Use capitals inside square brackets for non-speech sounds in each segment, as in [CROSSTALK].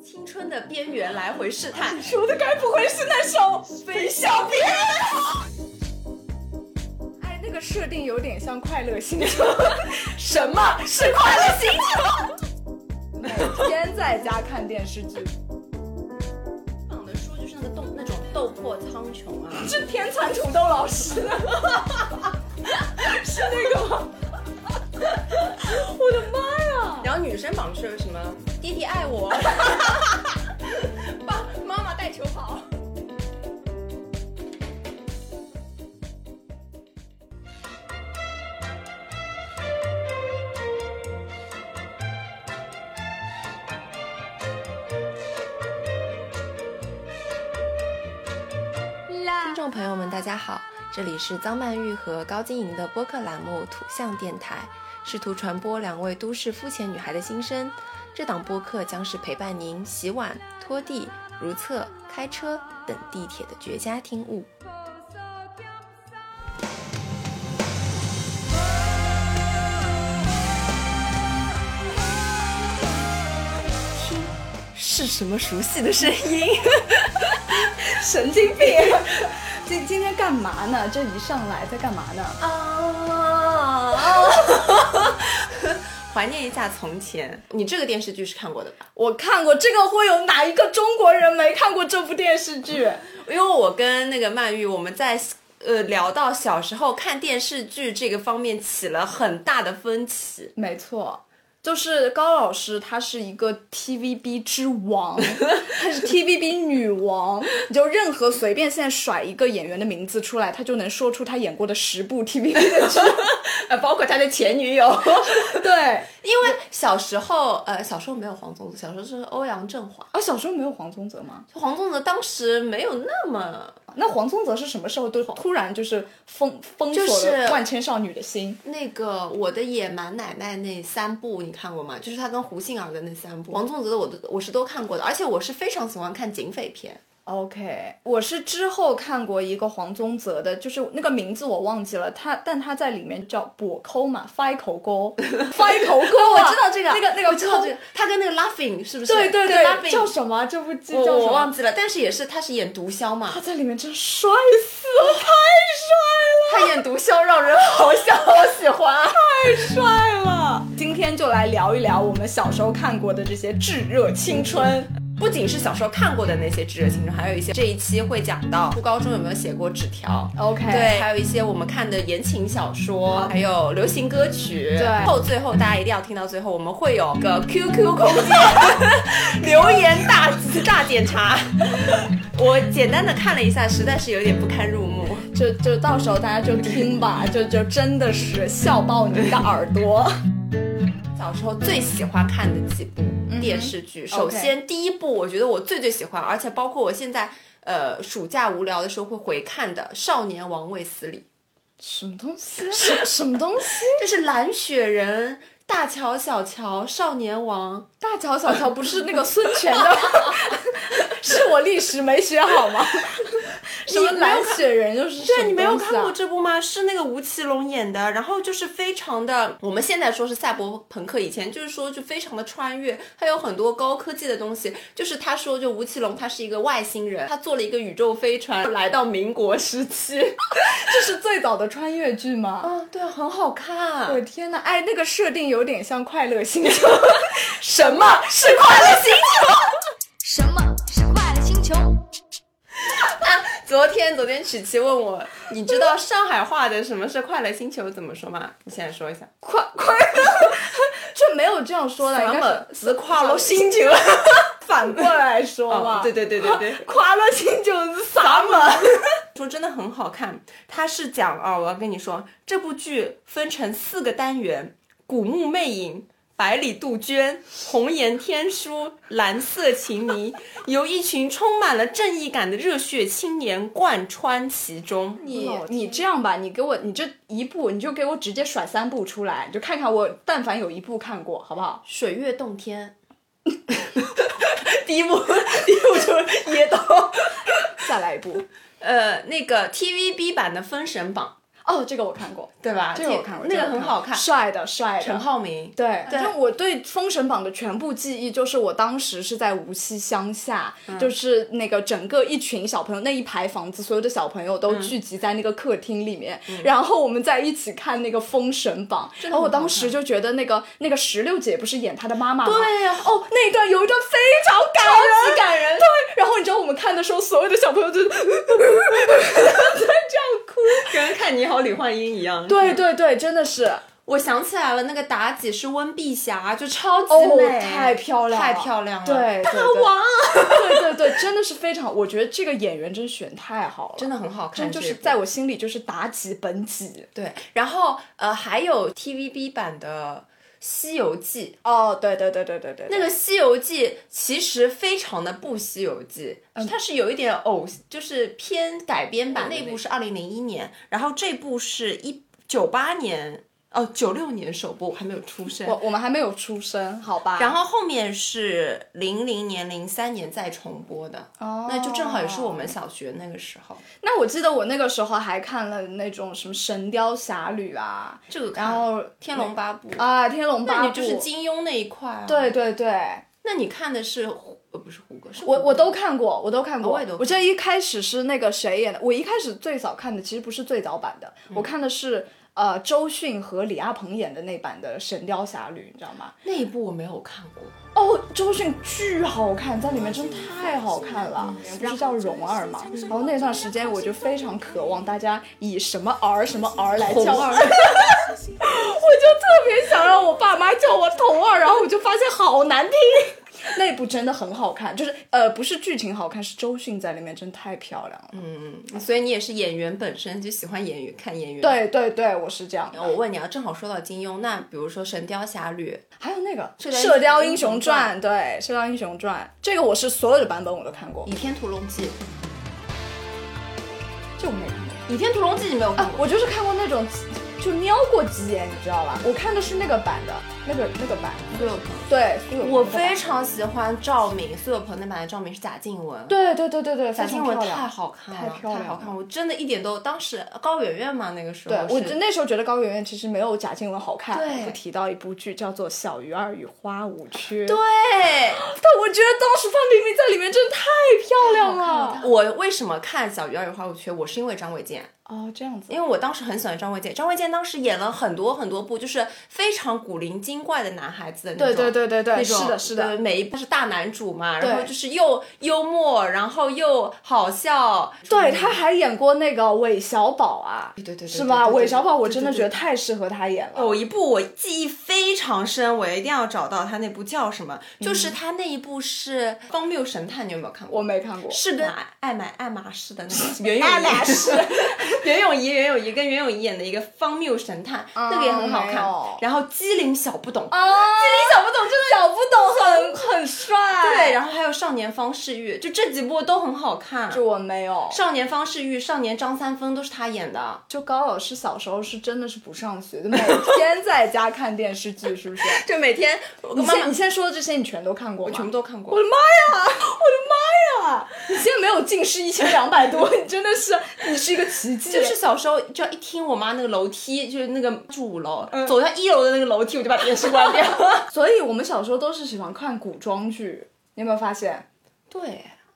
青春的边缘来回试探。说的该不会是那首《飞向别人》？哎，那个设定有点像《快乐星球》。什么是《快乐星球》？每天在家看电视剧，放的书就是那个斗那种斗破苍穹啊，是天蚕土豆老师， [LAUGHS] 是那个吗？我的妈呀！然后女生榜是有什么弟弟爱我，爸妈妈带球跑。听众朋友们，大家好，这里是张曼玉和高晶莹的播客栏目《土象电台》，试图传播两位都市肤浅女孩的心声。这档播客将是陪伴您洗碗、拖地、如厕、开车等地铁的绝佳听物。听，是什么熟悉的声音？神经病！今今天干嘛呢？这一上来在干嘛呢？啊！ [LAUGHS] 怀念一下从前。你这个电视剧是看过的吧？我看过这个，会有哪一个中国人没看过这部电视剧？因为我跟那个曼玉，我们在呃聊到小时候看电视剧这个方面起了很大的分歧。没错，就是高老师，她是一个 TVB 之王，她是 TVB 女王。你就任何随便现在甩一个演员的名字出来，她就能说出她演过的十部 TVB 的剧， [LAUGHS] 呃，包括她的前女友。 [LAUGHS] 对，因为小时候，呃，小时候没有黄宗泽，小时候是欧阳震华。啊，小时候没有黄宗泽吗？黄宗泽当时没有那么那黄宗泽是什么时候都突然就是封封就锁了是万千少女的心？那个《我的野蛮奶奶》那三部，你看过吗？就是他跟胡杏儿的那三部，黄宗泽的我都我是都看过的，而且我是非常喜欢看警匪片。 OK，我是之后看过一个黄宗泽的，就是那个名字我忘记了，他但他在里面叫跛抠嘛，翻 [LAUGHS] 口沟，翻口沟我啊、知道这个，那个那个我知道抠这个，他跟那个 Laughing 是不是？对对对对，叫，Laughing，什么？啊这部剧我叫什我忘么？记了，但是也是他是演毒枭嘛他，在里面真帅死了，太他演毒枭让人好想好喜欢。啊帅了，太帅了！今天就来聊一聊我们小时候看过的这些炙热青春。不仅是小时候看过的那些炙热青春，还有一些这一期会讲到初高中有没有写过纸条。 OK，对，还有一些我们看的言情小说，还有流行歌曲。对后最后大家一定要听到最后，我们会有个 QQ 空间 [LAUGHS] 留言大大检查。我简单的看了一下，实在是有点不堪入目。就就到时候大家就听吧，就就真的是笑爆你的耳朵。小时候最喜欢看的几部电视剧，首 OK 先第一部我觉得我最最喜欢，而且包括我现在呃暑假无聊的时候会回看的《少年王卫斯理什么东西？[LAUGHS] 啊什什么东西？》，这是蓝雪人、大乔、小乔、少年王。大乔小乔不是那个孙权的吗？ [LAUGHS] 是我历史没学 [LAUGHS] 好吗？什么蓝雪人又是什么东西啊、对你没有看过这部吗？是那个吴奇隆演的，然后就是非常的，我们现在说是赛博朋克，以前就是说就非常的穿越，它有很多高科技的东西。就是他说，就吴奇隆他是一个外星人，他做了一个宇宙飞船，来到民国时期。这是最早的穿越剧吗？啊，对啊，很好我看。的天呐，哎，那个设定有点像《快 [LAUGHS] 乐星球》，什么是《快乐星球什么是快乐星球？昨天昨天曲奇问我，你知道上海话的什么是快乐星球怎么说吗？你现在说一下。》？快快乐， [LAUGHS] 这没有这样说 [LAUGHS] 的，应该是是快乐星球。反过来说哦吧。对对对对对 [LAUGHS] 快乐星球是啥嘛？ [LAUGHS] 说真的很好看，它是讲啊，我要跟你说，这部剧分成四个单元：古墓魅影、百里杜鹃、红颜天书、蓝色情迷，由一群充满了正义感的热血青年贯穿其中。你你这样吧，你给我你这一部，你就给我直接甩三部出来，你就看看我但凡有一部看过，好不好？水月洞天，第一部，第一部就是 [LAUGHS] 椰岛。再来一部。呃，那个 TVB 版的《封神榜》哦，这个我看过，对吧？这个我看过，那这个很好看，帅的帅的。陈浩民。对，对但我对《封神榜》的全部记忆就是我当时是在无锡乡下，就是那个整个一群小朋友那一排房子，所有的小朋友都聚集在那个客厅里面，然后我们在一起看那个《封神榜》，然后我当时就觉得那个那个石榴姐不是演她的妈妈吗？对呀哦，那一段有一段非常感人，感人。对，然后你知道我们看的时候，所有的小朋友就 [LAUGHS] 在这样哭。跟看你好李焕英一样。对对对，真的是。我想起来了，那个妲己是温碧霞，就超级哦美，太漂亮了太漂亮了。对，大对王，啊对对对，真的是非常，我觉得这个演员真选太好了，真的很好看真就这一是部在我心里就是妲己本己。对。然后呃，还有 TVB 版的《西游记》，哦，对对对对对对，那个《西游记》其实非常的不《西游记》，嗯它是有一点偶，就是偏改编版。那部是二零零一年，然后这部是一九八年，哦九六年首播，我还没有出生。我我们还没有出生，好吧？然后后面是零零年、零三年再重播的，哦那就正好也是我们小学那个时候。那我记得我那个时候还看了那种什么《神雕侠侣》啊，这个看然后《天龙八部》，啊，《天龙八那部》你就是金庸那一块啊。对，对对，那你看的是胡呃不是胡歌，是我胡我歌都看过，我都看过。哦我也都看记得一开始是那个谁演的，我一开始最早看的其实不是最早版的，嗯我看的是呃周迅和李亚鹏演的那版的《神雕侠侣》，你知道吗？那一部我没有看过。哦，周迅巨好看，在里面真太好看了，嗯不是叫蓉儿吗？然后那段时间我就非常渴望大家以什么儿什么儿来叫红 [LAUGHS] 儿 [LAUGHS] 我就特别想让我爸妈叫我童儿，然后我就发现好难听。 [LAUGHS] 那部真的很好看，就是呃，不是剧情好看，是周迅在里面真太漂亮了。嗯所以你也是演员本身就喜欢演员，看演员。。对对对，我是这样的。我问你啊，正好说到金庸，那比如说《神雕侠侣还有那个雕《射雕英雄英雄传传》，对，《射雕英雄传》这个我是所有的版本我都看过》， 《倚天屠龙记》，就我没看过。 《倚天屠龙记》你没有看啊，过？我就是看过那种，就瞄过几眼，你知道吧？我看的是那个版的，那个那个版，对我看过对，苏有朋我那个版非常喜欢赵敏，苏有朋那版的赵敏是贾静雯。对对对对对，贾非静常雯漂太亮。好看了，太漂亮了好看了，我真的一点都当时高圆圆嘛，那个时候对，我是就那时候觉得高圆圆其实没有贾静雯好看。对我提到一部剧叫做《小鱼儿与花无缺》，对，但我觉得当时范冰冰在里面真的太 [LAUGHS] 漂亮了。我为什么看《小鱼儿与花无缺》？我是因为张卫健，哦，这样子因为我当时很喜欢张卫健。张卫健当时演了很多很多部，就是非常古灵精怪的男孩子的那种。对对对对对那种是的是的对每一部是大男主嘛，对然后就是又幽默，然后又好笑。对，她还演过那个韦小宝啊，对对对对是吧？对对对韦小宝我对对真的对哦觉得太适合她演了。有一部我记忆非常深，我一定要找到他那部叫什么，就是他那一部是《荒谬神探》，你有没有看过？嗯我没看过，是跟爱爱买爱马仕的那个袁咏仪， [LAUGHS] 爱马仕哎袁咏仪，袁咏仪跟袁咏仪演的一个荒谬神探，那个也很好没有看。然后机灵小不懂， [LAUGHS] 啊，你小不懂真的小不懂很很帅。对，然后还有少年方世玉，就这几部都很好看。就我没有。少年方世玉、少年张三丰都是他演的，就高老师小时候是真的是不上学的，每天在家看电视剧，是不是？ [LAUGHS] 就每天我你跟妈现妈你现在说的这些，你全都看过吗？全部都看我过的。妈呀！我的妈呀！你现在没有近视一千两百多，你真的是，你是一个奇迹。就是小时候，就一听我妈那个楼梯，就是那个住五楼，走下一楼的那个楼梯，我就把电视关掉。所以我们小时候都是喜欢看古装剧，你有没有发现？ [LAUGHS] 对，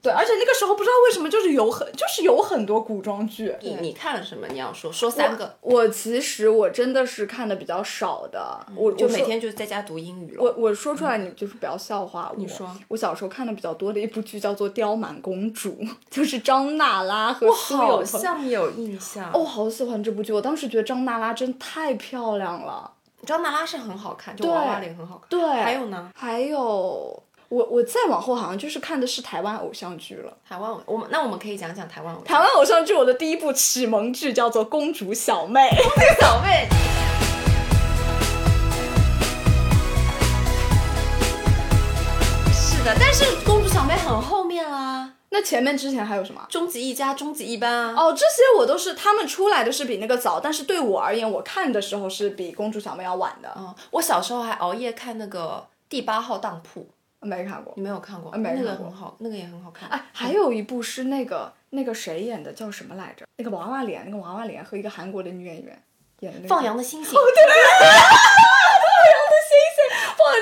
对，而且那个时候不知道为什么就是有很就是有很多古装剧。你你看了什么？你要说说三个，我，我其实我真的是看的比较少的，我嗯就我说每天就在家读英语了。我我说出来，你就是不要笑话我。你说，我小时候看的比较多的一部剧叫做《刁蛮公主》，就是张娜拉和苏有好朋。像有印象哦，我好喜欢这部剧，我当时觉得张娜拉真太漂亮了。张娜拉是很好看，就对娃娃脸很好看。对，还有呢，还有，我我再往后好像就是看的是台湾偶像剧了。台湾，我们那我们可以讲讲台湾偶像。台湾偶像剧我的第一部启蒙剧叫做《公主小妹》， [LAUGHS] 小妹，是的，但是公主小妹很后面啦，那前面之前还有什么？终极一家、终极一班啊。哦，这些我都是他们出来的是比那个早，但是对我而言，我看的时候是比《公主小妹》要晚的。嗯，我小时候还熬夜看那个第八号当铺，没看过。你没有看过？啊没那个看过很好，那个也很好看。哎，还有一部是那个那个谁演的，叫什么来着？那个娃娃脸，那个娃娃脸和一个韩国的女演员演的那个。放羊的星星， [LAUGHS] 放羊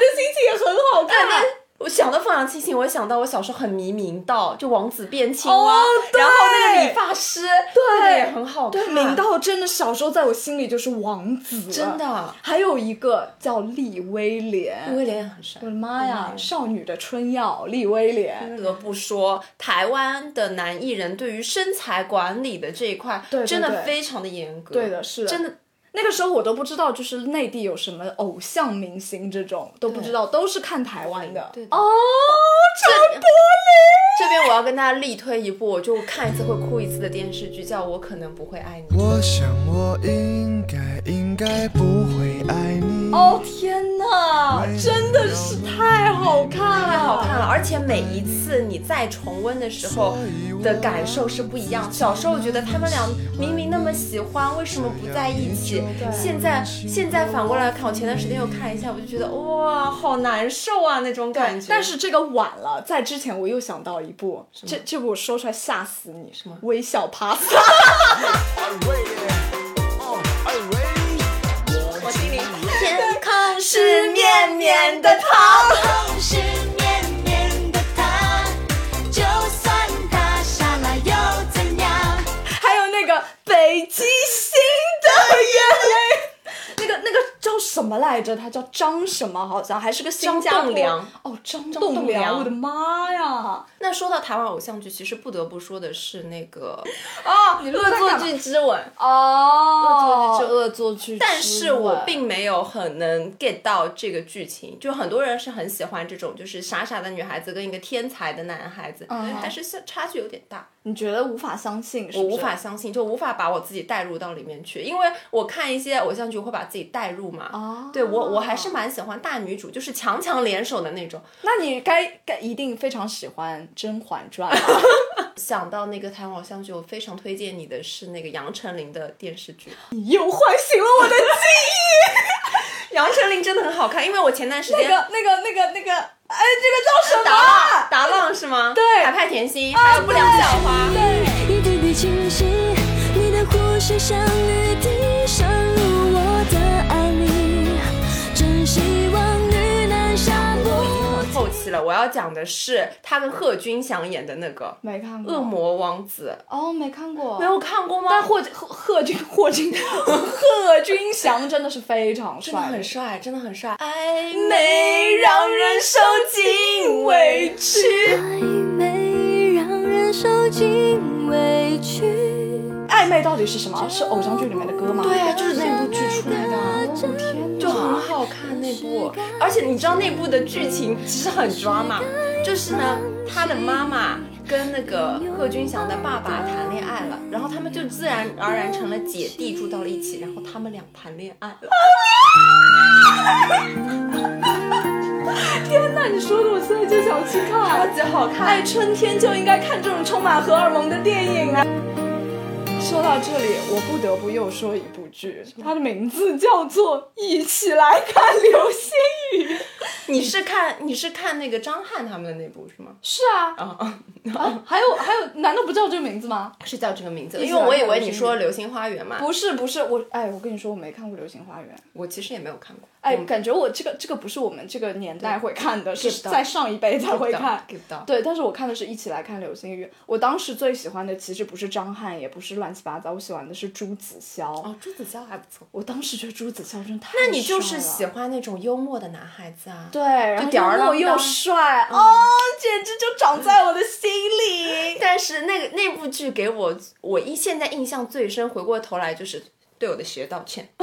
的星星也很好看啊。我想到放羊星星，我想到我小时候很迷明道，就王子变青蛙，啊哦对然后那个理发师，对那个也很好看。对，明道真的小时候在我心里就是王子，真。的，还有一个叫利威廉，威廉也很帅我。的妈我的妈呀，呀少女的春药，利威廉。嗯不得不说，台湾的男艺人对于身材管理的这一块，对对真的对非常的严格。对的，是的真的那个时候我都不知道，就是内地有什么偶像明星这种都不知道，都是看台湾的。对的哦，这边我要跟大家力推一部，我就看一次会哭一次的电视剧，叫《我可能不会爱你》。我想我应该应该不会爱你。哦天哪，真的是太好看了，太好看了，而且每一次你再重温的时候的感受是不一样。小时候觉得他们俩明明那么喜欢，为什么不在一起？现在现在反过来看，我前段时间又看了一下，我就觉得哇，好难受啊那种感觉。但是这个晚了，在之前我又想到一部，这这部我说出来吓死你，什么微笑 Pasta。我心里天空是绵绵的糖。空是绵绵的糖，就算它傻了又怎样？还有那个北极星的眼泪，那个那个叫什么来着？他叫张什么？好像还是个新加张坡栋梁哦，张张栋栋梁梁，我的妈呀！那说到台湾偶像剧，其实不得不说的是那个 [LAUGHS] 哦， 《你恶作剧之吻》。哦，恶作剧之恶作剧但是我并没有很能 get 到这个剧情，就很多人是很喜欢这种就是傻傻的女孩子跟一个天才的男孩子，嗯但是相差距有点大，你觉得无法相信是我不是？无法相信，就无法把我自己带入到里面去，因为我看一些偶像剧会把自己带入嘛。哦对我，我还是蛮喜欢大女主，就是强强联手的那种。那你该该一定非常喜欢《甄嬛传》吧？想到那个台湾偶像剧，我非常推荐你的是那个杨丞琳的电视剧， [LAUGHS] 你又唤醒了我的 [LAUGHS] 杨丞琳真的很好看，因为我前段时那间个、那个、那个、那个，哎，这个叫什么啊？达浪是吗？对海派甜心，还有不良校花。一滴滴清晰，你的呼吸像雨滴渗入我的爱里，真希望遇难下不。后期了，我要讲的是他跟贺军翔演的那个没看《过。恶魔王子哦，没看过。》，没有看过吗？但霍贺贺军霍军贺军翔真的是非常真的帅，很帅，真的很帅。暧没让人受尽委屈。暧昧让人受尽委屈，暧昧到底是什么？是偶像剧里面的歌吗？对啊，就是那部剧出来的，啊哦天哪就很好看那部。而且你知道那部的剧情其实很抓马，就是呢，他的妈妈。跟那个贺军翔的爸爸谈恋爱了，然后他们就自然而然成了姐弟，住到了一起，然后他们俩谈恋爱了。天哪！你说的我现在就想去看，超级好看。哎，春天就应该看这种充满荷尔蒙的电影啊！说到这里，我不得不又说一部剧，它的名字叫做《一起来看流星雨》。你是看你是看那个张翰他们的那部是吗？是啊，啊、啊啊，还有还有，难道不叫这个名字吗？是叫这个名字，一起因为我来以看为流你星说《雨流星花园》嘛，不是不是，我哎，我跟你说，我没看过《流星花园》。我其实也没有看过。哎，嗯感觉我这个这个不是我们这个年代会看的，是 get 到在上一辈才会 get 到看。 ，get 到。对，但是我看的是一起来看流星雨。我当时最喜欢的其实不是张翰，也不是乱七八糟，我喜欢的是朱子骁。哦，朱子骁还不错。我当时觉得朱子骁真的太那你就是喜喜欢那种幽默的男孩子啊？对，然后吊儿又郎又当帅、嗯哦，简直就长在我的心里。但是那个那部剧给我我印现在印象最深，回过头来就是对我的鞋道歉。 [LAUGHS] [LAUGHS]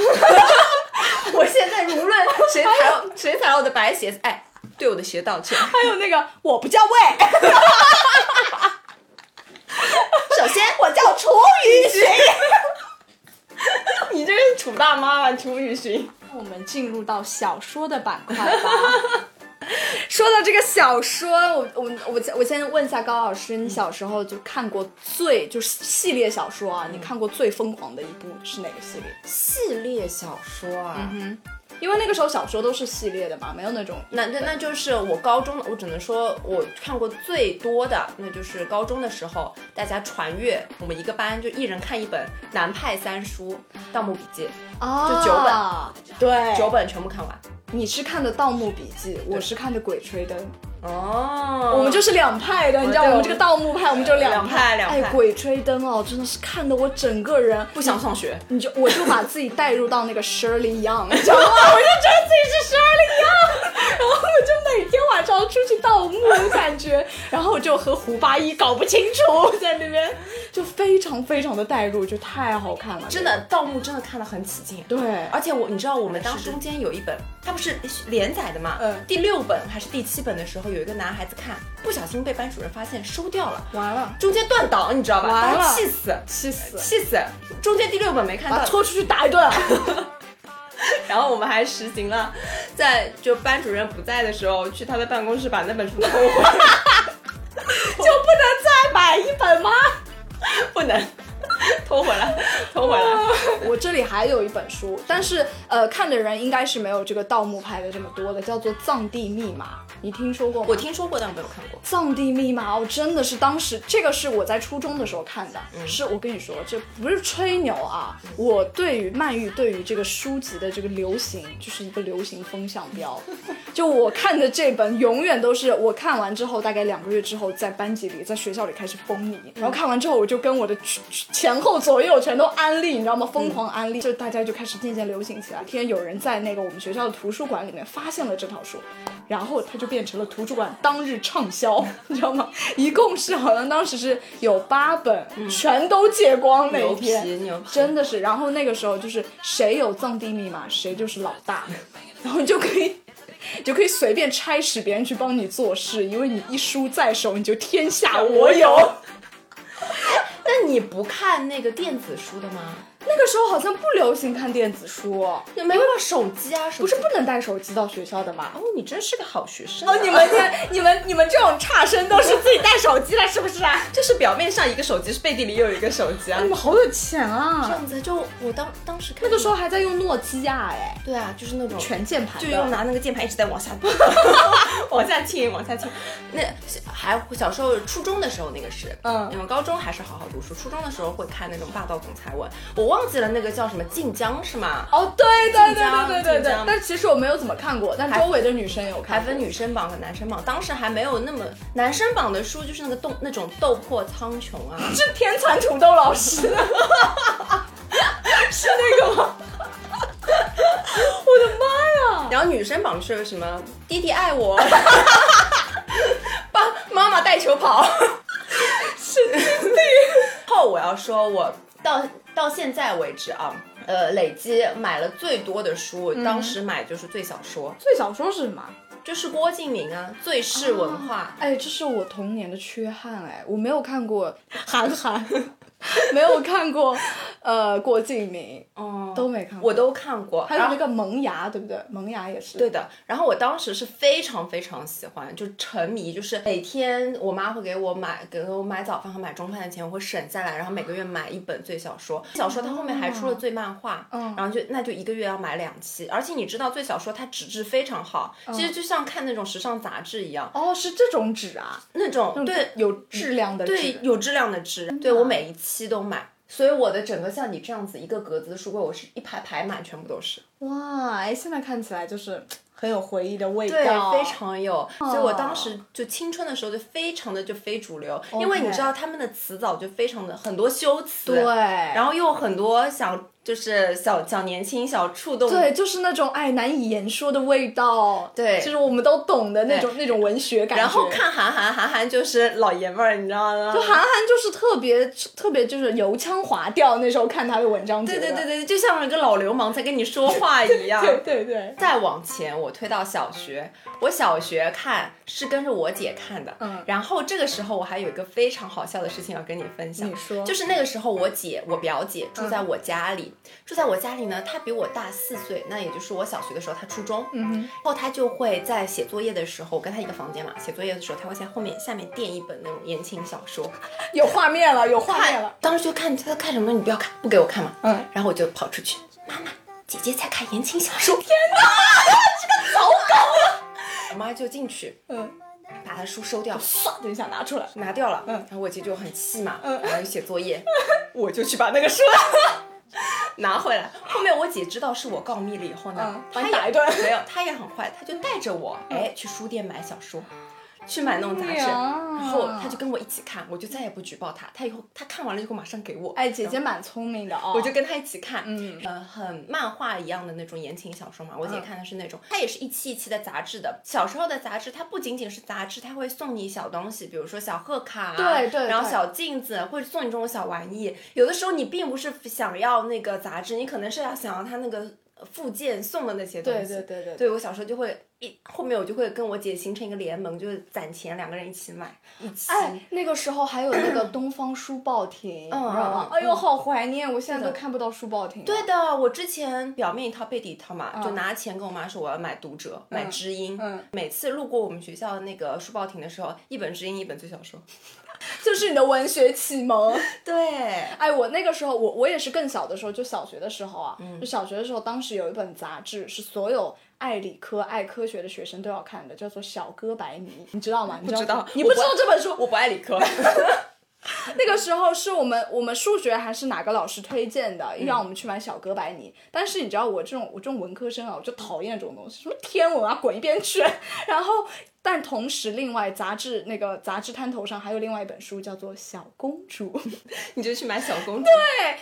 我现在无论谁 [LAUGHS] 踩我谁踩我的白鞋子，哎，对我的鞋道 [LAUGHS] 歉。还有那个我不叫魏， [LAUGHS] 首先，我叫楚雨荨。 [LAUGHS] 你这是楚大妈吧？楚雨荨。我们进入到小说的板块吧。 [LAUGHS] 说到这个小说，我我我我先问一下高老师，你小时候就看过最就是系列小说啊？你看过最疯狂的一部是哪个系列？系列小说啊，因为那个时候小说都是系列的嘛，没有那种那那那就是我高中的，我只能说我看过最多的，那就是高中的时候，大家传阅，我们一个班就一人看一本南派三书《盗墓笔记啊就九本，》，对，九本全部看完。你是看的《盗墓笔记》，我是看的《鬼吹灯》，哦，我们就是两派的，你知道，对我们这个盗墓派，我们就是两两派两哎，派《鬼吹灯》哦，真的是看的我整个人不想上学，你就我就把自己带入到那个 Shirley Young，你知道吗？我就觉得自己是 Shirley Young，然后我就每天晚上出去盗墓，感觉，然后我就和胡八一搞不清楚，在那边就非常非常的带入，就太好看了，真的盗墓真的看得很起劲。啊对，而且我，你知道我们当时中间有一本，它不是连载的嘛？嗯第六本还是第七本的时候，有一个男孩子看，不小心被班主任发现收掉了，完了，中间断档，你知道吧？完了把他气死，气死，气死！中间第六本没看把他到，拖出去打一顿，然后我们还实行了，在就班主任不在的时候，去他的办公室把那本书偷回来， [LAUGHS] 就不能再买一本吗？不能偷回来，偷回来。我这里还有一本书，但是呃，看的人应该是没有这个盗墓派的这么多的，叫做《藏地密码》，你听说过吗？我听说过，但我没有看过。 《藏地密码》，我真的是当时这个是我在初中的时候看的，是我跟你说，这不是吹牛啊！我对于曼玉对于这个书籍的这个流行，就是一个流行风向标。就我看的这本，永远都是我看完之后，大概两个月之后，在班级里，在学校里开始风靡，嗯然后看完之后，我就跟我的群前后左右全都安利，你知道吗？疯狂嗯安利，就大家就开始渐渐流行起来。天，有人在那个我们学校的图书馆里面发现了这套书，然后它就变成了图书馆当日畅销，你知道吗？ [LAUGHS] 一共是好像当时是有八本，全都借光那一牛皮天，嗯牛皮真的是。然后那个时候就是谁有藏地密码，谁就是老大， [LAUGHS] 然后你就可以。你就可以随便差使别人去帮你做事，因为你一书在手，你就天下我有。那你不看那个电子书的吗？那个时候好像不流行看电子书，也没有手机啊，手不机是不能带手机到学校的吗？哦，你真是个好学生、啊哦，你们这、你们、你们这种差生都是自己带手机了，是不是啊？就是表面上一个手机，是背地里又有一个手机啊哎你。们好有钱这啊！样子就我当当时看那个时候还在用诺基亚哎，对啊，就是那种全键盘的就用拿那个键盘一直在往 [LAUGHS] 下，往下倾，往下倾。那还小时候初中的时候那个是，嗯你们高中还是好好读书，初中的时候会看那种霸道总裁文，我忘记了那个叫什么晋江是吗？哦，对对对晋江对对对晋对江。但其实我没有怎么看过，但周围的女生有看过。还分女生榜和男生榜，当时还没有那么男生榜的书就是那个斗那种斗破苍穹啊，是天蚕土豆老师，是那个吗？ [LAUGHS] 我的妈呀！然后女生榜是什么？弟弟爱 [LAUGHS] 我，爸妈妈带球跑，神经病。后我要说，我到到现在为止啊，呃，累积买了最多的书，嗯当时买就是《最小说 [LAUGHS] 最小说是什么？》，就是郭敬明啊，《最是文化哎，这是我童年的缺憾哎，我没有看过韩寒， [LAUGHS] 没有看过呃郭敬明，》哦都没看过。我都看过，还有然后那个萌芽，对不对？萌芽也是。对的，然后我当时是非常非常喜欢，就沉迷，就是每天我妈会给我买给我买早饭和买中饭的钱，我会省下来，然后每个月买一本最小说。最小说它后面还出了最漫画，嗯然后就那就一个月要买两期，而且你知道最小说它纸质非常好，其实就像看那种时尚杂志一样，哦，是这种纸啊，那种对嗯有质量的纸。啊对，有质量的纸，对我每一期都买。所以我的整个像你这样子一个格子的书柜，我是一排排满，全部都是。哇，哎，现在看起来就是很有回忆的味对，道，非。常有。所以我当时哦就青春的时候就非常的就非主流，因为 OK 你知道他们的词藻就非常的很多修辞，对然后又有很多小就是小小年轻小触动，对，就是那种哎难以言说的味道，对就是我们都懂的那种对那种文学感觉。然后看韩寒，韩寒就是老爷们儿，你知道吗？就韩寒就是特别特别就是油腔滑调，那时候看他的文章觉对得，对对对，就像一个老流氓在跟你说话一样。对对对，再往前，我推到小学，我小学看是跟着我姐看的，嗯然后这个时候我还有一个非常好笑的事情要跟你分享，你说嗯就是那个时候我姐，我表姐住在我家里，住在我家里呢，她比我大四岁，那也就是我小学的时候，她初中，嗯，嗯然后她就会在写作业的时候，我跟她一个房间嘛，写作业的时候，她会在后面下面垫一本那种言情小 [LAUGHS] 说，哼，有画面了，有画面看了，，当时就看她在看什么，你不要看，不给我看嘛，嗯，然后我就跑出去，妈妈。姐姐在看言情小说。天我妈就进去嗯，把她书收掉，唰就一下拿出来，拿掉了。嗯然后我姐就很气嘛，然后写作 [LAUGHS] 业，我就去把那个书拿拿回来。后面我姐知道是我告密了以后呢嗯，她把你也打一顿没有，她也很坏，她就带着我哎去书店买小说，去买那种杂志，呀然后她就跟我一起看，我就再也不举报她。她以后她看完了以后马上给我，哎，姐姐蛮聪明的哦。我就跟她一起看，嗯呃，很漫画一样的那种言情小说嘛。我姐看的是那种，她也是一期一期的杂志的。小时候的杂志，它不仅仅是杂志，它会送你小东西，比如说小贺卡啊、对对然后对小镜子，或者送你这种小玩意。有的时候你并不是想要那个杂志，你可能是要想要它那个附件送的那些东对西。对对对对我小时候就会一后面我就会跟我姐形成一个联盟，就是攒钱两个人一起买，一起。哎，那个时候还有那个东方书报亭，你知道吗嗯嗯？哎呦，好怀念！我现在是的都看不到书报亭了。对的，我之前表面一套背地一套嘛，嗯就拿钱跟我妈说我要买《读者》买《知音》嗯每次路过我们学校的那个书报亭的时候，一本《知音》，一本《最小说》。就是你的文学启蒙。 [LAUGHS] 对，哎，我那个时候，我我也是更小的时候，就小学的时候啊，嗯就小学的时候，当时有一本杂志是所有。爱理科、爱科学的学生都要看的，叫做《小哥白尼》，你知道吗？你知道你我不不知道这本书？我不爱理科。 [LAUGHS] 那个时候是我们我们数学还是哪个老师推荐的，嗯让我们去买小哥白尼。但是你知道我这种我这种文科生啊，我就讨厌这种东西，什么天文啊，滚一边去。 [LAUGHS] 然后，但同时另外杂志那个杂志摊头上还有另外一本书叫做《小公主》， [LAUGHS] 你就去买小公主。对，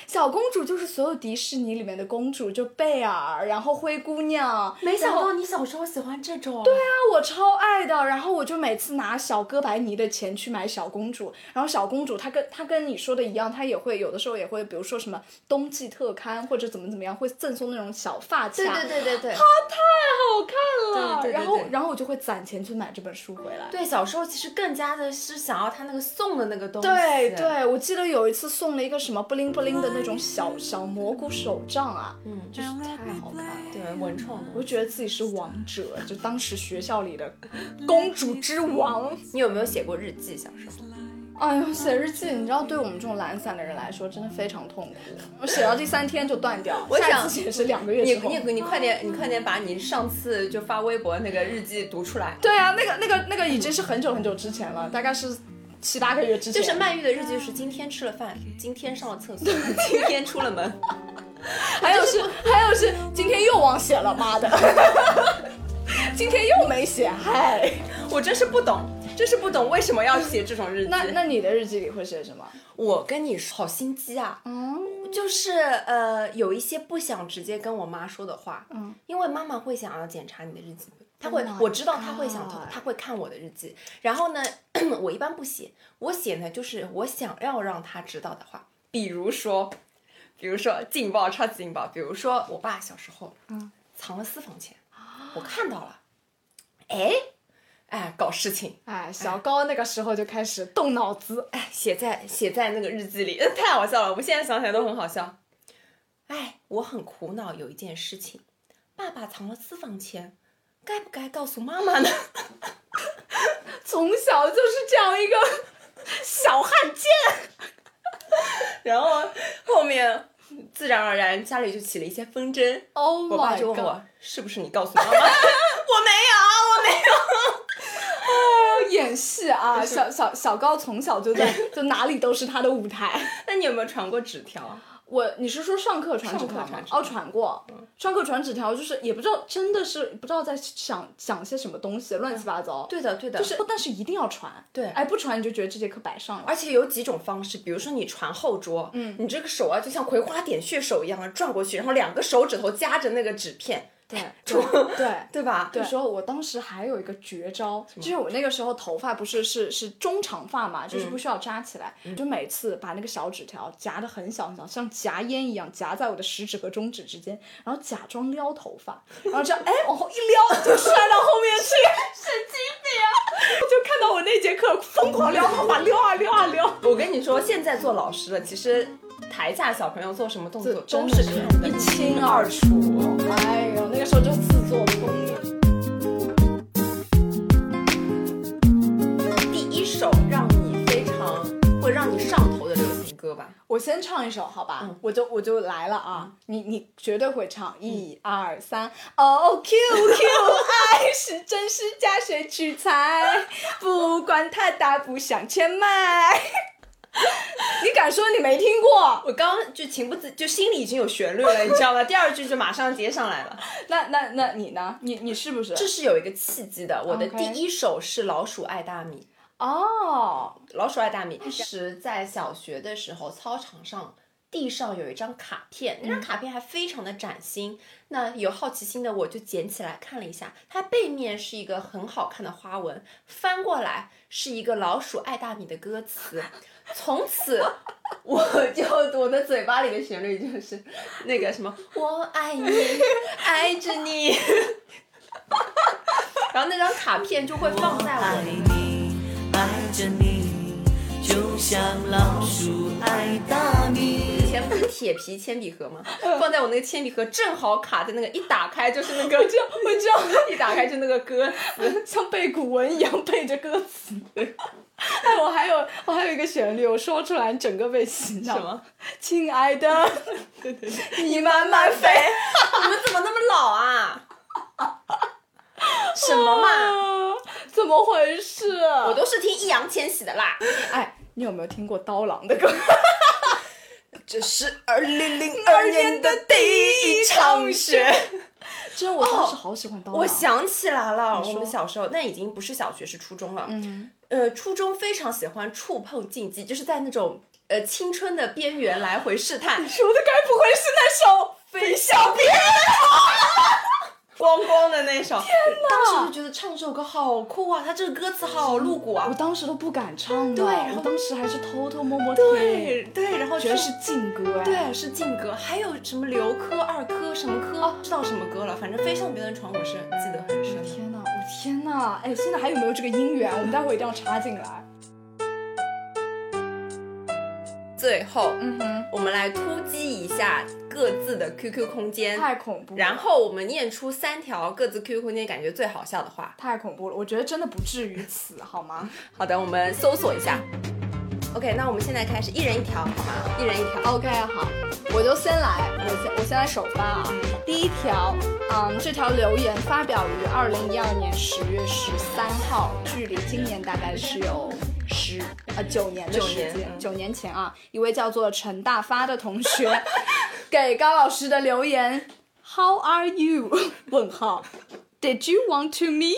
小公主就是所有迪士尼里面的公主，就贝尔，然后灰姑娘。没想然后到你小时候喜欢这种。对啊，我超爱的，然后我就每次拿小哥白尼的钱去买小公主，然后小公主她跟她跟你说的一样，她也会有的时候也会，比如说什么冬季特刊或者怎么怎么样，会赠送那种小发卡，对对对对对。好看了。对对对对然后然后我就会攒钱去买这本书回来。对，小时候其实更加的是想要他那个送的那个东西。对对，我记得有一次送了一个什么不灵不灵的那种小小蘑菇手杖啊，嗯，就是太好看了。对，文创的。我就觉得自己是王者，就当时学校里的公主之王。你有没有写过日记？小时候？哎呦，写日记，你知道，对我们这种懒散的人来说，真的非常痛苦。我写到第三天就断掉，我下想一次写是两个月你之后你。你快点，你快点把你上次就发微博那个日记读出来。对啊，那个那个那个已经是很久很久之前了，大概是七八个月之就前。是曼玉的日记是今天吃了饭，今天上了厕 [LAUGHS] 所，今天出了门。还有是还有是今天又忘写了，妈的， [LAUGHS] 今天又没写，嗨。我真是不懂，真是不懂为什么要写这种日记。那那你的日记里会写什么？我跟你说，好心机啊！嗯，就是呃，有一些不想直接跟我妈说的话，嗯，因为妈妈会想要检查你的日记本。她会 Oh，my 我知道她会想 God，她会看我的日记。然后呢， [CLEARS THROAT] 我一般不写，我写呢就是我想要让她知道的话，比如说，比如说劲爆，超级劲爆，比如说我爸小时候，嗯，藏了私房钱，我看到了，哎，哎，搞事情，哎，小高那个时候就开始动脑子，哎，写在写在那个日记里， [LAUGHS] 呃太好笑了。我们现在想起来都很好笑。哎，我很苦恼，有一件事情，爸爸藏了私房钱，该不该告诉妈妈呢？ [LAUGHS] 从小就是这样一个 [LAUGHS] 小汉奸。然后后面自然而然家里就起了一些纷争。 Oh 我 my 爸 god！就问我是不是你告诉妈妈？我没有， [LAUGHS] 我没有。 [LAUGHS] 哎演戏啊，小小小高从小就 [LAUGHS] 在，就哪里都是他的舞台。那你有没有传过纸条？啊我，你是说上课传纸上条课吗传？纸条哦，传过，上课传纸条就是也不知道，真的是不知道在想想些什么东西，乱七八糟。，对的，对的，就是但是一定要传。对哎，不传你就觉得这节课白上了。而且有几种方式，比如说你传后桌，嗯，你这个手啊就像葵花点穴手一样啊转过去，然后两个手指头夹着那个纸片，对传对。对吧？那时候我当时还有一个绝招，就是我那个时候头发不是是是中长发嘛，就是嗯不需要扎起来，就每次把那个小纸条夹得很小很小，像夹烟一样夹在我的食指和中指之间，然后假装撩头发，然后这样哎往后一撩就摔到后面去，神经病啊！我就看到我那节课疯狂撩头发，撩啊撩啊撩，我跟你说，现在做老师了，其实台下小朋友做什么动作真都是看是的一。清二楚。哎呦，那个时候就自作聪明。第一首让你非常会让你上头的流行歌，歌吧？我先唱一首，好吧？嗯我就我就来了啊！你你绝对会唱，一嗯二三，哦，Q Q 爱是真是假，谁去猜？不管它大不想钱买。 [LAUGHS] 你敢说你没听过？我刚刚就情不自，就心里已经有旋律了，你知道吧？第 [LAUGHS] 二句就马上接上来了。那那那你呢？你你是不是？这是有一个契机的。我的 OK 第一首是《老鼠爱大米》。哦，老鼠爱大米。当时在小学的时候，操场上地上有一张卡片，那张卡片还非常的崭新。那有好奇心的我就捡起来看了一下，它背面是一个很好看的花纹，翻过来是一个老鼠爱大米的歌词。从此，我就我的嘴巴里的旋律就是那个什么“我爱你，爱着你”，然后那张卡片就会放在我爱你，爱着你，就像老鼠爱大米。以前不是铁皮铅笔盒吗？放在我那个铅笔盒正好卡在那个，一打开就是那个，我知道，我知道，一打开就那个歌词，像背古文一样背着歌词。 [LAUGHS] 哎，我还有我还有一个旋律，我说出来你整个被洗脑。什么？亲爱的，你慢慢飞。你们怎么那么老啊？ [LAUGHS] 什么嘛？啊 [LAUGHS] 怎么回事？我我都是听易烊千玺的啦。哎，你有没有听过刀郎的歌？这是二零零二年的第一场雪。真的，哦我当时好喜欢刀郎。我想起来了，说我们小时候那已经不是小学，是初中了。嗯，呃，初中非常喜欢触碰禁忌，就是在那种呃青春的边缘来回试探。说的该不会是那首《飞翔别》？ [LAUGHS] 光光的那首，天哪！当时就觉得唱这首歌好酷啊，他这个歌词好露骨我啊。当时都不敢唱的，对然后我当时还是偷偷摸摸对对，然后听，觉得是禁歌哎。对是劲歌，还有什么刘珂、二珂什么珂，不知道什么歌了，反正《飞上别人的床》我是记得很深的。天呐，我天呐！哎，现在还有没有这个姻缘？我们待会儿一定要插进来。最后，嗯哼，我们来突击一下各自的 QQ 空间，太恐怖了。然后我们念出三条各自 QQ 空间感觉最好笑的话。太恐怖了，我觉得真的不至于此，好吗？好的，我们搜索一下。OK，那我们现在开始，一人一条，好吗？一人一条。 OK，好，我就先来，我先我先来首发啊。第一条，嗯，这条留言发表于二零一二年十月十三号，距离今年大概是有十呃九年的九时年间，嗯九年前啊，一位叫做陈大发的同学给高老师的留言：How are you？问 [LAUGHS] 号。Did you want to me？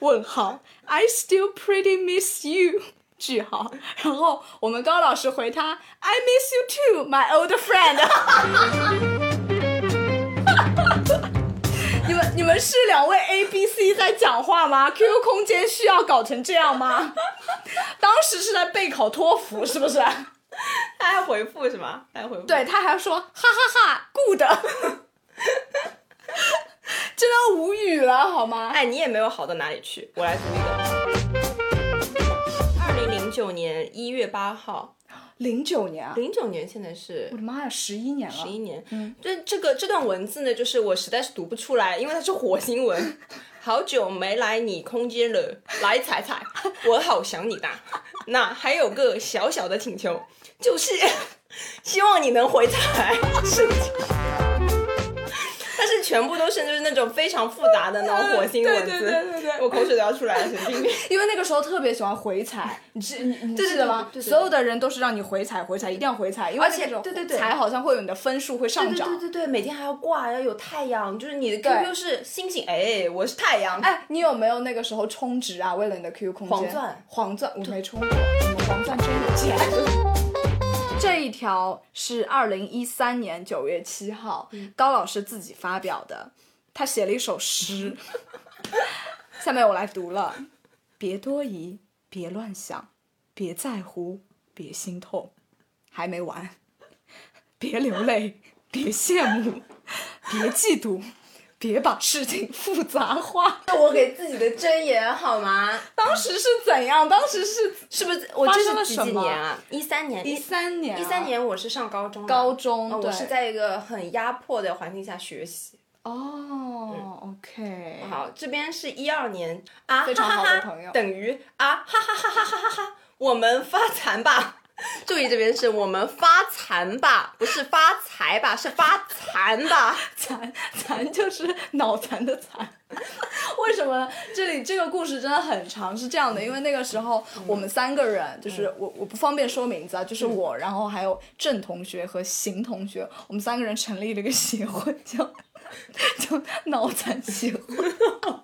问 [LAUGHS] 号，I still pretty miss you。句号，然后我们高老师回他，I miss you too, my old [LAUGHS] friend。你们你们是两位 A B C 在哎讲话吗？QQ 空间需要搞成这样吗？ [LAUGHS] 当时是在备考托福是不是？他还回复是吗？他还回复。对他还说哈哈哈，good，真的无语了好吗？哎，你也没有好到哪里去。我来读一个。二零零九年一月八号，零九年啊，零九年现在是我的妈呀，十一年了，十一年。这这个这段文字呢，就是我实在是读不出来，因为它是火星文。好久没来你空间了，来踩踩，我好想你哒。那还有个小小的请求，就是 [LAUGHS] 希望你能回踩。神经但是全部都是就是那种非常复杂的那种火星文字，对对对对对我口水都要出来了，神经病。因为那个时候特别喜欢回 [LAUGHS] 踩，你记你你对记得吗？对对对对所有的人都是让你回踩回踩，一定要回踩，因为而且那种对对对踩好像会有你的分数会上涨。对对对对，每天还要挂，要有太阳，就是你的对 QQ 是星星，哎，我是太阳。哎，你有没有那个时候充值啊？为了你的 QQ 空间，黄钻，黄钻，我没充过，你们黄钻真有钱。 [LAUGHS] 这一条是二零一三年九月七号、嗯高老师自己发表的，他写了一首 [LAUGHS] 诗，下面我来读了：别多疑，别乱想，别在乎，别心痛，还没完，别流泪，别羡慕，别嫉妒，别把事情复杂化。我给自己的箴言好吗？当时是怎样？当时是是不是？我发这生了是几什几么年啊？一三年，一三年、啊一三。年我是上高中的，高中呃我对是在一个很压迫的环境下学习。哦、o k 嗯 [LAUGHS] 好，这边是一二年啊，非常好的哈哈哈朋友等于啊，哈哈哈哈哈哈哈，我们发财吧。 [LAUGHS] 注意这边是我们发财吧，不是发财吧，是发财 [LAUGHS] 吧。残残就是脑残的残。 [LAUGHS] 为什么呢？这里这个故事真的很长，是这样的，因为那个时候嗯我们三个人，就是我我不方便说名字啊，就是我，然后还有郑同学和邢同学，我们三个人成立了一个协会，叫 [LAUGHS] 叫脑残协会， [LAUGHS] 叫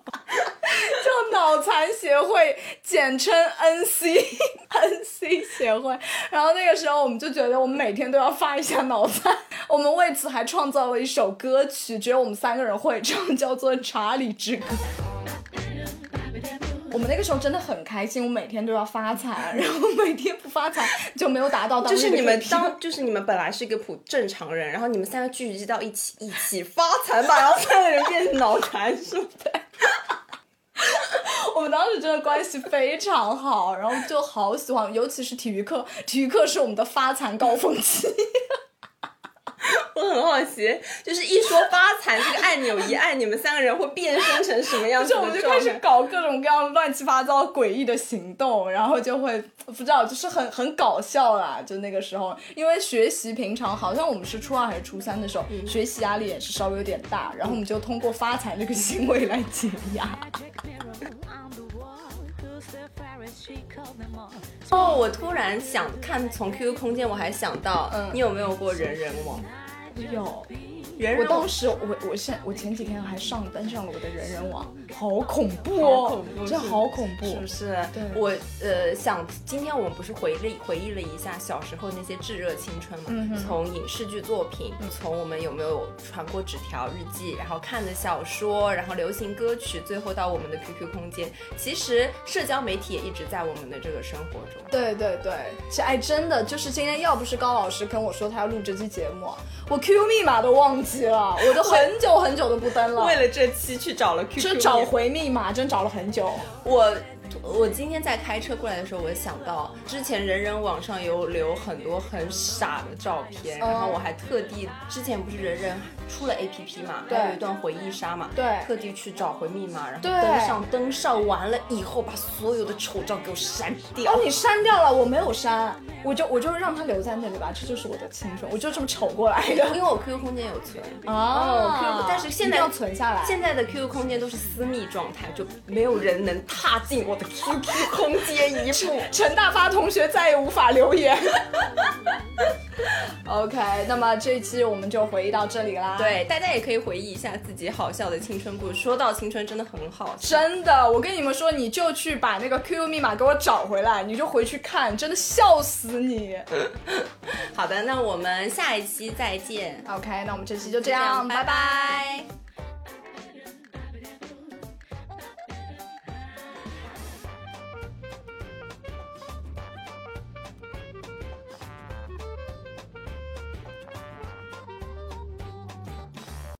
脑残协会，简称 [LAUGHS] NC NC 协会。然后那个时候我们就觉得我们每天都要发一下脑残，我们为此还创造了一首歌曲，只有我们三个人会唱，叫做《查理之歌》。我们那个时候真的很开心，我每天都要发财，然后每天不发财就没有达到当就是日的你们目标当，就是你们本来是一个普正常人，然后你们三个聚集到一起，一起发财吧，然后三个人变成脑残，是不是？我们当时真的关系非常好，然后就好喜欢，尤其是体育课，体育课是我们的发财高峰期。我很好奇，就是一说发财这个按钮一按，你们三个人会变身成什么样子就的我状态？们就开始搞各种各样乱七八糟诡异的行动，然后就会不知道，就是很很搞笑啦。就那个时候，因为学习平常好像我们是初二还是初三的时候，嗯学习压力也是稍微有点大，然后我们就通过发财这个行为来解压。哦，我突然想看从 QQ 空间，我还想到，嗯你有没有过人人网？哎有，人哎我人网当时我我现我前几天还上登上了我的人人网，好恐怖好哦恐，怖这好恐怖，是不是？对我呃想，今天我们不是回忆回忆了一下小时候那些炙热青春嘛？嗯哼嗯从影视剧作品，从我们有没有传过纸条日记，然后看的小说，然后流行歌曲，最后到我们的 QQ 空间，其实社交媒体也一直在我们的这个生活中。对对对，是哎，真的就是今天要不是高老师跟我说他要录这期节目，我 Q 密码都忘记了，我都很久很久都不登了为。了这期去找了 QQ，真找回密码，真找了很久。我我今天在开车过来的时候，我想到之前人人网上有留很多很傻的照片，嗯然后我还特地之前不是人人出了 APP 嘛，对还有一段回忆杀嘛，对特地去找回密码，然后对登上登上完了以后，把所有的丑照给我删掉哦，。你删掉了，我没有删，我就我就让它留在那里吧，这就是我的青春，我就这么丑过来的。 [LAUGHS] 因为我 QQ 空间有存嗯哦 q 但是现一定在要存下来现在的 QQ 空间都是私密状态，就没有人能踏进我的 QQ 空间一 [LAUGHS] 步。陈大发同学再也无法留言。OK，那么这一期我们就回忆到这里啦。。对，大家也可以回忆一下自己好笑的青春故事。说到青春，真的很好笑。真的，我跟你们说，你就去把那个 QQ 密码给我找回来，你就回去看，真的笑死 [LAUGHS] 你。好的，那我们下一期再见。 OK，那我们这期就这这样，样，拜拜。拜拜